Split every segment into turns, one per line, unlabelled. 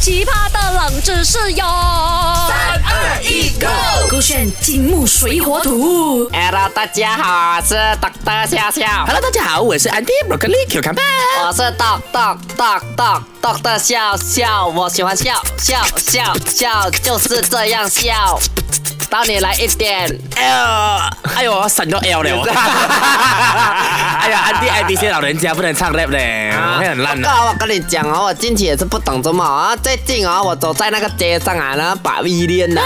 奇葩的冷知识哟！三
二一，Go！
勾选金木水火土。
Hello，大家好，我是 Doctor 笑笑。
Hello，大家好，我是 Andy Broccoli Q 康 a
我是 Doc Doc Doc Doc Doctor 笑笑，我喜欢笑笑笑笑，就是这样笑。到你来一点。
L，哎呦，我神咗 L 了。 哎呀，安迪安迪，些老人家不能唱 rap 嘞，我会很烂的。啊
哥，我跟你讲哦，我近期也是不懂怎么啊，最近啊，我走在那个街上啊，那把依恋呐，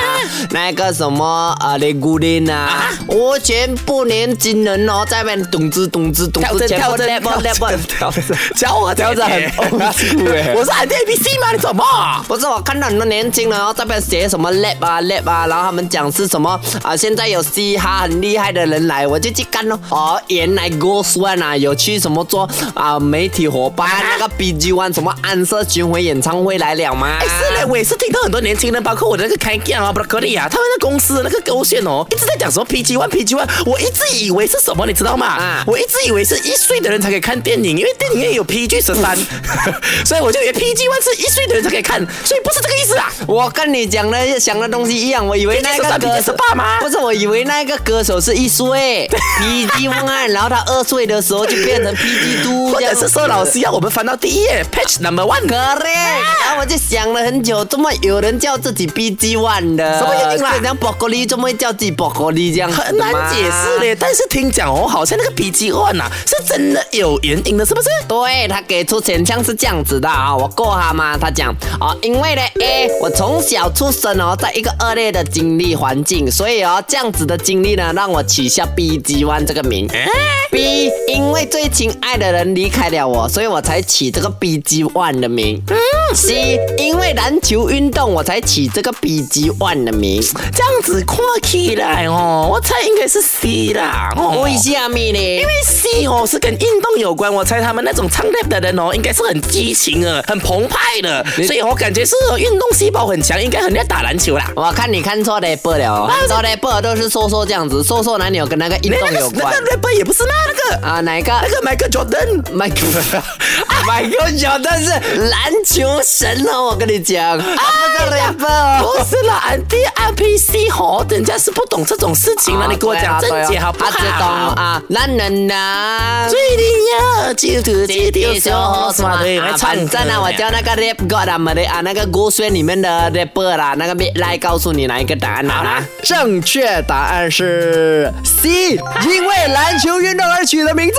那个什么呃雷古林呐，我全部年轻人哦，在那边咚子咚子咚
跳
子，
着
全
跳
部
着
rap
跳
rap
着。跳着， 教我
跳着很 old school 哎
我是 Andy ABC 吗？你怎么？
不是，我看到很多年轻人哦，这边写什么 lab 啊 lab 啊，然后他们讲是什么啊、现在有嘻哈很厉害的人来，我就去看咯。哦，原来 Ghost One 啊有去什么做啊、媒体伙伴那个 BG One 什么暗色巡回演唱会来了吗？
哎，是
啊
嘞，我也是听到很多年轻人，包括我的那个 Kai Gang 啊、Broccoli 啊，他们的公司的那个勾线哦，一直在讲什么 PG One、PG One，我一直以为是什么，你知道吗？
啊
我一直以为是一岁的人才可以看电影，因为电影院有 PG 十三， 所以我就以为 PG One 是一岁的人才可以看，所以不是这个意思啊。
我跟你讲的想的东西一样，我以为那个歌手
PG13 吗
不是，我以为那个歌手是 一岁 PG One，然后他二岁的时候就变成 PG Two，
或
这
者
样
是说老师要我们翻到第一页 Page Number One。
Correct，然后我就想了很久，怎么有人叫自己 BG One 的？
什么原因啦
就像 broccoli 怎么会叫自己 broccoli 这样子的
很难
吗
解释。嘞，但是听讲哦，好像那个 PG One 啊，是真的有原因的，是不是？
对他给出选项是这样子的啊，我过他嘛，他讲哦，因为呢，A 我从小出生哦，在一个恶劣的经历环境，所以哦，这样子的经历呢，让我取下 BG One 这个名。B 因为最亲爱的人离开了我，所以我才起这个 BG One 的名。C
嗯
因为篮球运动，我才起这个 BG One 的名。
这样子看起来哦，我猜应该是 C 啦。哦，
为
因
什么呢？
为 C 哦是跟运动有关，我猜他们那种唱 rap 的人哦，应该是很激情的，很澎湃的，所以我感觉是哦运动细胞很强，应该很爱打篮球啦。
我看你看错 rapper 了哦，看错 rapper 都是瘦瘦这样子，瘦瘦男友跟那个运
那
动
那
有
个那
关
个 rapper 也不是吗？那个
啊？哪一个？
那个 Michael Jordan。
Michael Michael Jordan 是篮球神哦，我跟你讲，啊，不是 rapper 哦。
不是啦，俺弟 n P C 吼，人家是不懂这种事情了，你给我讲正解好不好？
阿志东啊，男人啊呐。
最厉害就土地丢手好耍，对，还
啊
唱
反
歌
正呢，我叫那个 rap god 啊，没得啊，那个歌选里面的 rapper 啦，那个 beat 来告诉你哪一个答案好啊啦。正确答案是 C，因为篮球运动而取的名字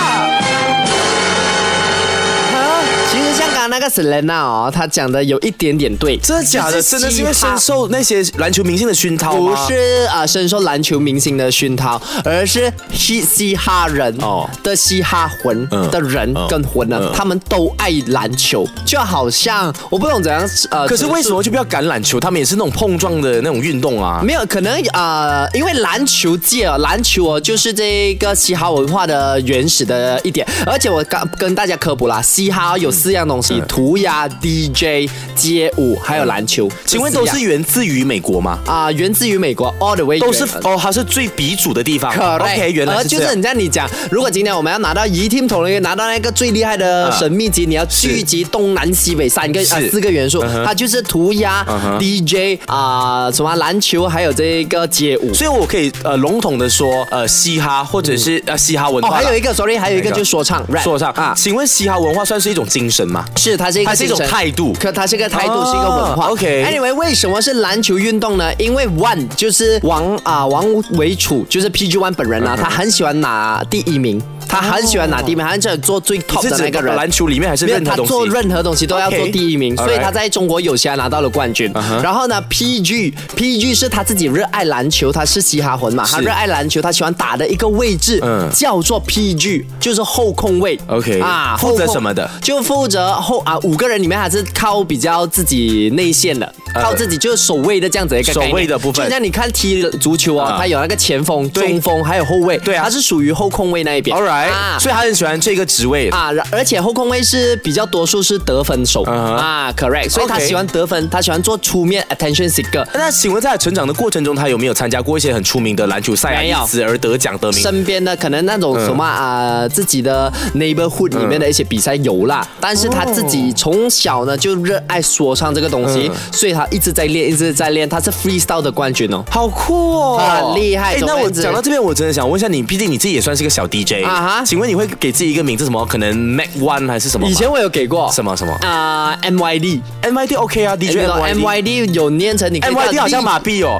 啊。啊其实香港那个 Selena 哦，她讲的有一点点对，
真的假的？
就是
真的是因为
嘻哈
深受那些篮球明星的熏陶
不
吗？
是啊、呃深受篮球明星的熏陶，而是嘻嘻哈人
哦
的嘻哈魂
嗯
的人
嗯
跟魂呢，
嗯
他们都爱篮球，就好像我不懂怎样呃，
可是为什
么？
么就不要橄榄球？他们也是那种碰撞的那种运动啊。
没有，可能呃，因为篮球界哦，篮球哦，就是这个嘻哈文化的原始的一点。而且我刚跟大家科普啦，嘻哈有四样东
嗯
西：涂鸦、DJ、街舞，还有篮球。
请问
这四
都
样
是源自于美国吗？
啊、源自于美国，all the way
都是
原
哦，它是最鼻祖的地方。
Correct
OK，原来
呃
是
就
这
是
样。
很像你讲，如果今天我们要拿到一 team 同人拿到那个最厉害的神秘级，你要聚集东南西北三个啊
嗯是嗯
四个元素，它就是涂鸦、DJ 啊、什么篮球，还有这个街舞。
所以我可以呃笼统的说，呃，嘻哈或者是呃嘻哈文
哦，
化啦。
还有一个，sorry，还有一个
哪一个
就是说唱，rap，
说上啊
啊，，
请问嘻哈文化算是一种精神吗？
是它是一个
它是一
精神
种态度
可它是一个态度，
哦
是一个文化。
OK
Anyway，为什么是篮球运动呢？因为 One 就是王啊、王维楚，就是 PG One 本人
嗯
啊，他很喜欢拿第一名，他很喜欢拿第一名，他很喜欢做最 top
是
的
指
哦那个人。
篮球里面还是
没有，
任何
他
东西？
做任何东西都要做
OK，Uh-huh
第一名
alright
所以他在中国有嘻哈拿到了冠军。然后呢，PG PG 是他自己热爱篮球，他是嘻哈魂嘛，他热爱篮球，他喜欢打的一个位置、
嗯
叫做 PG，就是后控位。啊
OK，负责什么的？
后控就负责后啊，五个人里面还是靠比较自己内线的，
呃
靠自己就是守卫的这样子的一个概念
守卫的部分
就像你看踢足球哦，
啊
他有那个前锋、
对
中锋还有后卫，
对啊
他是属于后控位那一边。
Alright right？、
啊
所以他很喜欢这个职位。
啊，然而且后空位是比较多数是得分手、
嗯哼
啊，correct，所以他
OK
喜欢得分，他喜欢做出面 attention seeker，
那请问在成长的过程中，他有没有参加过一些很出名的篮球赛啊，
没有
因此而得奖得名？
身边的可能那
嗯
种什么啊、自己的 neighborhood 里面的一些比赛有啦，但是他自
哦
己从小呢就热爱说唱这个东西，
嗯
所以他一直在练，一直在练，他是 freestyle 的冠军哦。
好酷哦，
很厉害
哎
总
那
而
我
言之
讲到这边，我真的想问一下你，毕竟你自己也算是个小 DJ
啊哈
请问你会给自己一个名字什么？可能 Mac One 还是什么吗？
以前我有给过
什么什么
啊、MYD。哎
MYD OK 啊，DJ MYD。
MYD 有念成你可以叫
MYD 好像马币 哦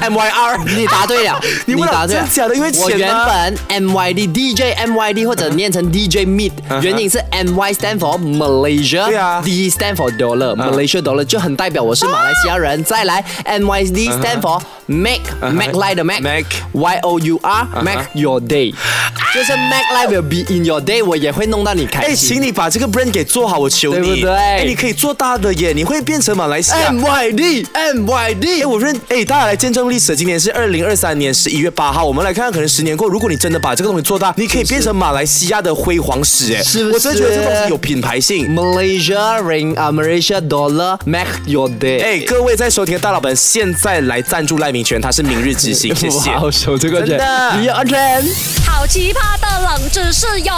，MYR
你答对了，
你问了
答对了，
真假的因为
我
钱啊
原
吗
本 MYD DJ MYD 或者念成 DJ Meet，
嗯哼
原因是 MY stand for Malaysia，
对啊嗯
，D stand for dollar，Malaysia dollar 就很代表我是马来西亚
啊
人。再来 MYD
嗯
stand for make make like 的
Mac 嗯
make，Y O U R make your day，就是 make life will be in your day，我也会弄到你开
哎，
心
请。你把这个 brand 给做好，我求你。
对不对
哎，你可以做大的耶，你会变成马来西亚。
MYD
哎，
MYD，
我认哎，大家来见证历史。今年是二零二三年十一月八号，我们来看看，可能十年后，如果你真的把这个东西做大，你可以变成马来西亚的辉煌史。哎，
是不
我真的觉得这
是
个东西有品牌性。
Malaysia ring 啊，Malaysia dollar make your day。
哎，各位在收听的大老板，现在来赞助赖明权，他是明日之 星，谢谢。
熟这个
真的
你要人。
好奇葩的冷知识哟！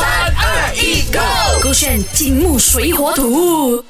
三二一，Go！勾选金木水火土。